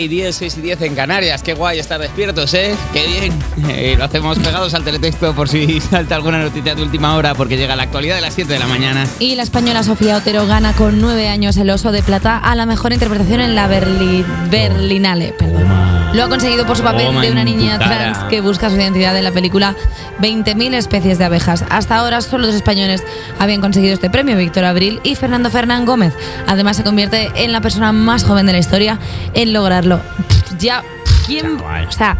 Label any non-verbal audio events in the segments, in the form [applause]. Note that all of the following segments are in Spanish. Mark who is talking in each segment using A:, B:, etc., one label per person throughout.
A: Y 10, 6 y 10 en Canarias. Qué guay estar despiertos, ¿eh? Qué bien. Eh, lo hacemos pegados al teletexto por si [laughs] salta alguna noticia de última hora, porque llega la actualidad de las 7 de la mañana.
B: Y la española Sofía Otero gana con nueve años el Oso de Plata a la mejor interpretación en la Berli- Berlinale. Perdón. Lo ha conseguido por su papel
A: Toma
B: de una
A: en tu
B: niña
A: cara.
B: trans que busca su identidad en la película 20.000 especies de abejas. Hasta ahora solo dos españoles habían conseguido este premio, Víctor Abril y Fernando Fernán Gómez. Además se convierte en la persona más joven de la historia en lograrlo. Pff, Ya, pff, ¿quién?
A: Chaval.
B: O sea,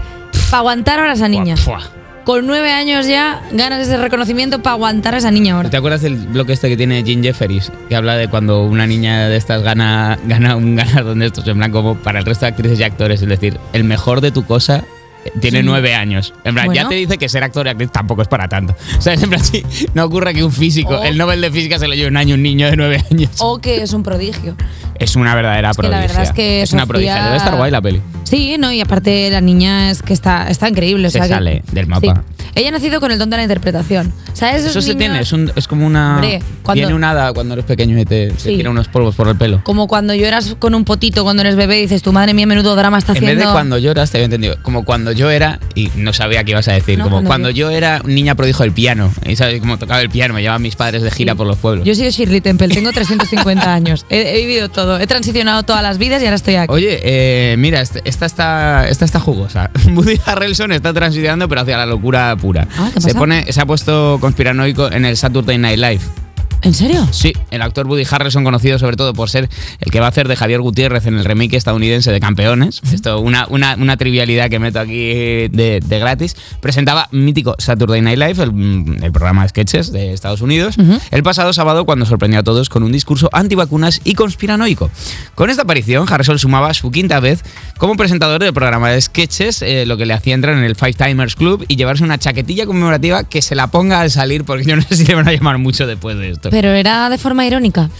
B: para aguantar ahora a esa niña.
A: Buah, buah.
B: Con nueve años ya ganas ese reconocimiento para aguantar a esa niña ahora.
A: ¿Te acuerdas del bloque este que tiene Jim Jefferies? Que habla de cuando una niña de estas gana, gana un galardón de estos, en plan, como para el resto de actrices y actores. Es decir, el mejor de tu cosa eh, tiene nueve años. En plan, ya
B: Bueno.
A: te dice que ser actor y actriz tampoco es para tanto. [laughs] O sea, en plan, sí, no ocurra que un físico,
B: Oh.
A: el Nobel de Física se lo lleve un año a un niño de nueve años.
B: o que es un prodigio.
A: Es una verdadera
B: que la
A: prodigia.
B: verdad es que
A: una
B: Sofía-
A: prodigia. Debe estar guay la peli.
B: Sí, no, y aparte la niña es que está, está increíble. O
A: Se
B: sea, que-
A: sale del mapa.
B: Sí. Ella ha nacido con el don de la interpretación. O sea, esos
A: Eso se
B: niños-
A: tiene, es, un- es como una.
B: Hombre, cuando-
A: Tiene un hada cuando eres pequeño y te, te
B: Sí.
A: tira unos polvos por el pelo.
B: Como cuando lloras con un potito cuando eres bebé y dices, tu madre mía, menudo drama está
A: En
B: haciendo.
A: vez de cuando lloras, te había entendido. Como cuando yo era, y no sabía qué ibas a decir,
B: No,
A: como
B: cuando
A: cuando, yo era un niña prodijo del piano. Y sabes cómo tocaba el piano, me llevaban mis padres de gira por los pueblos.
B: Yo soy Shirley Temple,
A: [laughs]
B: tengo 350 años. He, he vivido todo. He transicionado todas las vidas y ahora estoy aquí.
A: Oye, eh, mira, este- esta está, esta está jugosa. [laughs] Woody Harrelson está transicionando, pero hacia la locura pura.
B: Ah, ¿qué
A: se,
B: pasa?
A: pone, se ha puesto conspiranoico en el Saturday Night Live.
B: ¿En serio?
A: Sí, el actor Woody Harrelson, conocido sobre todo por ser el que va a hacer de Javier Gutiérrez en el remake estadounidense de Campeones, esto una, una, una trivialidad que meto aquí de, de gratis, presentaba mítico Saturday Night Live, el, mm, el programa de sketches de Estados Unidos, el pasado sábado cuando sorprendió a todos con un discurso antivacunas y conspiranoico. Con esta aparición, Harrelson sumaba su quinta vez como presentador del programa de sketches, eh, lo que le hacía entrar en el Five Timers Club y llevarse una chaquetilla conmemorativa que se la ponga al salir, porque yo no sé si le van a llamar mucho después de esto.
B: Pero era de forma irónica.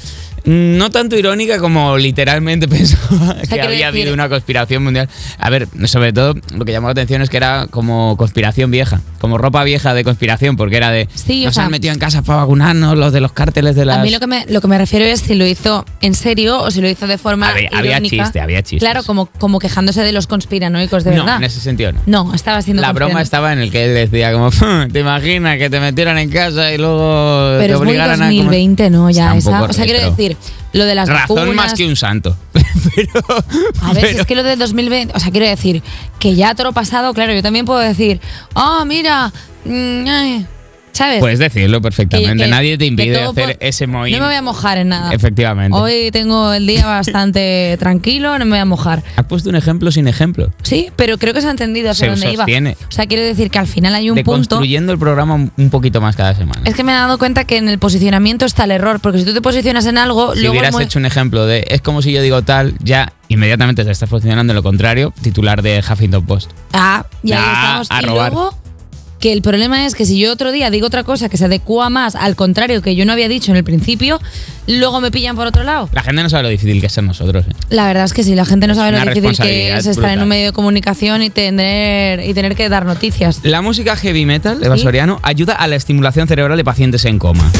A: No tanto irónica como literalmente [laughs] pensaba que
B: quiere
A: había
B: decir-
A: habido una conspiración mundial. A ver, sobre todo lo que llamó la atención es que era como conspiración vieja, como ropa vieja de conspiración, porque era de
B: Sí, o
A: nos
B: sea-
A: han metido en casa para vacunarnos, los de los cárteles de las...
B: A mí lo que, me, lo que me refiero es si lo hizo en serio o si lo hizo de forma
A: Había- había
B: irónica.
A: chiste, había chistes.
B: Claro, como, como quejándose de los conspiranoicos, de
A: no,
B: verdad.
A: en ese sentido no.
B: No, estaba siendo
A: La broma
B: conspirano-
A: estaba en el que él decía como, te imaginas que te metieran en casa y luego te
B: Pero es muy
A: obligaran a... comer?".
B: 2020, ¿no?
A: Está
B: Ya,
A: un
B: esa.
A: poco
B: O sea, quiero
A: retro.
B: decir, lo de las
A: Razón
B: vacunas-
A: más que un santo. [laughs] pero,
B: A ver, si
A: pero-
B: es que lo del 2020. O sea, quiero decir, que ya todo pasado, claro, yo también puedo decir, ah, mira, mm, ay", ¿sabes?
A: Puedes decirlo
B: Que-
A: perfectamente.
B: que-
A: Pues, Nadie te
B: que
A: impide
B: todo
A: hacer
B: por-
A: ese movimiento.
B: No me voy a mojar en nada.
A: Efectivamente.
B: Ah. Hoy tengo el día bastante [laughs] tranquilo, no me voy a mojar.
A: Has puesto un ejemplo sin ejemplo.
B: Sí, pero creo que se ha entendido hacia
A: Se
B: dónde iba.
A: sostiene.
B: O sea, quiero decir que al final hay un
A: de
B: punto.
A: construyendo el programa un un poquito más cada semana.
B: Es que me he dado cuenta que en el posicionamiento está el error, porque si tú te posicionas en algo,
A: si
B: luego.
A: hubieras
B: mo-
A: hecho un ejemplo de es como si yo digo tal, ya inmediatamente te estás funcionando en lo contrario, titular de Huffington Post.
B: Ah, y ahí
A: Ah,
B: estamos.
A: a
B: y
A: robar.
B: luego, que el problema es que si yo otro día digo otra cosa que se adecua más al contrario que yo no había dicho en el principio, luego me pillan por otro lado.
A: La gente no sabe lo difícil que es ser nosotros. ¿eh?
B: La verdad es que sí, la gente no sabe
A: una
B: lo difícil que
A: responsabilidad
B: es estar en
A: brutal.
B: un medio de comunicación y tener, y tener que dar noticias.
A: La música heavy metal, Eva Soriano, ayuda a la estimulación cerebral de pacientes en coma.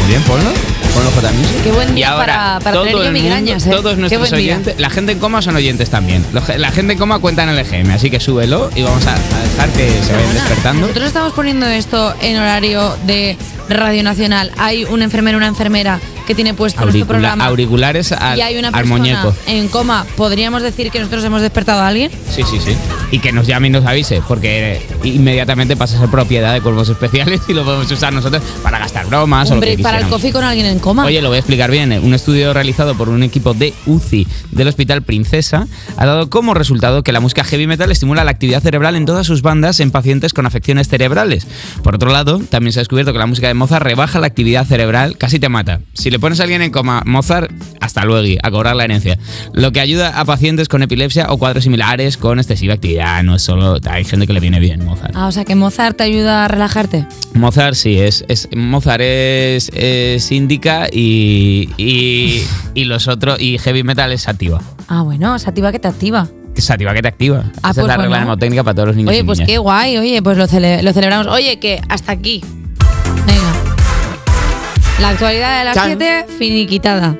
A: Muy bien, ponlo. Ponlo J Music.
B: Qué buen
A: Y
B: día
A: ahora,
B: para, para
A: todo
B: tener yo
A: el mundo,
B: migrañas, ¿eh?
A: todos
B: Qué
A: nuestros
B: buen día.
A: oyentes, la gente en coma son oyentes también. Lo- La gente en coma cuenta en el EGM, así que súbelo y vamos a, a dejar que se vayan
B: Perdona,
A: despertando.
B: Nosotros estamos poniendo esto en horario de Radio Nacional. Hay un enfermero, una enfermera que tiene puesto nuestro
A: Auricula-
B: programa.
A: auriculares al,
B: y hay una
A: al
B: persona
A: muñeco.
B: en coma. ¿Podríamos decir que nosotros hemos despertado a alguien?
A: Sí, sí, sí. Y que nos llame y nos avise, porque inmediatamente pasa a ser propiedad de cuerpos especiales [laughs] y lo podemos usar nosotros para gastar bromas o lo
B: Hombre,
A: que
B: para el
A: quisiéramos.
B: coffee con alguien en coma.
A: Oye, lo voy a explicar bien. ¿eh? Un estudio realizado por un equipo de UCI del Hospital Princesa ha dado como resultado que la música heavy metal estimula la actividad cerebral en todas sus bandas en pacientes con afecciones cerebrales. Por otro lado, también se ha descubierto que la música de Mozart rebaja la actividad cerebral, casi te mata. Si le pones a alguien en coma Mozart, hasta luego, a cobrar la herencia. Lo que ayuda a pacientes con epilepsia o cuadros similares con excesiva actividad. No es solo. Hay gente que le viene bien Mozart.
B: Ah, o sea, que Mozart te ayuda a relajarte.
A: Mozart sí, es, es Mozart es, es indica y, y, y los otros y heavy metal es sativa.
B: Ah, bueno, se activa que te activa.
A: Es sativa que te activa.
B: Ah,
A: Esa
B: pues
A: es la regla
B: bueno.
A: mnemotécnica para todos los niños.
B: Oye,
A: y
B: pues
A: niñas.
B: qué guay, oye, pues lo, cele- lo celebramos. Oye, que hasta aquí. Venga. La actualidad de las
A: Chan.
B: 7, finiquitada.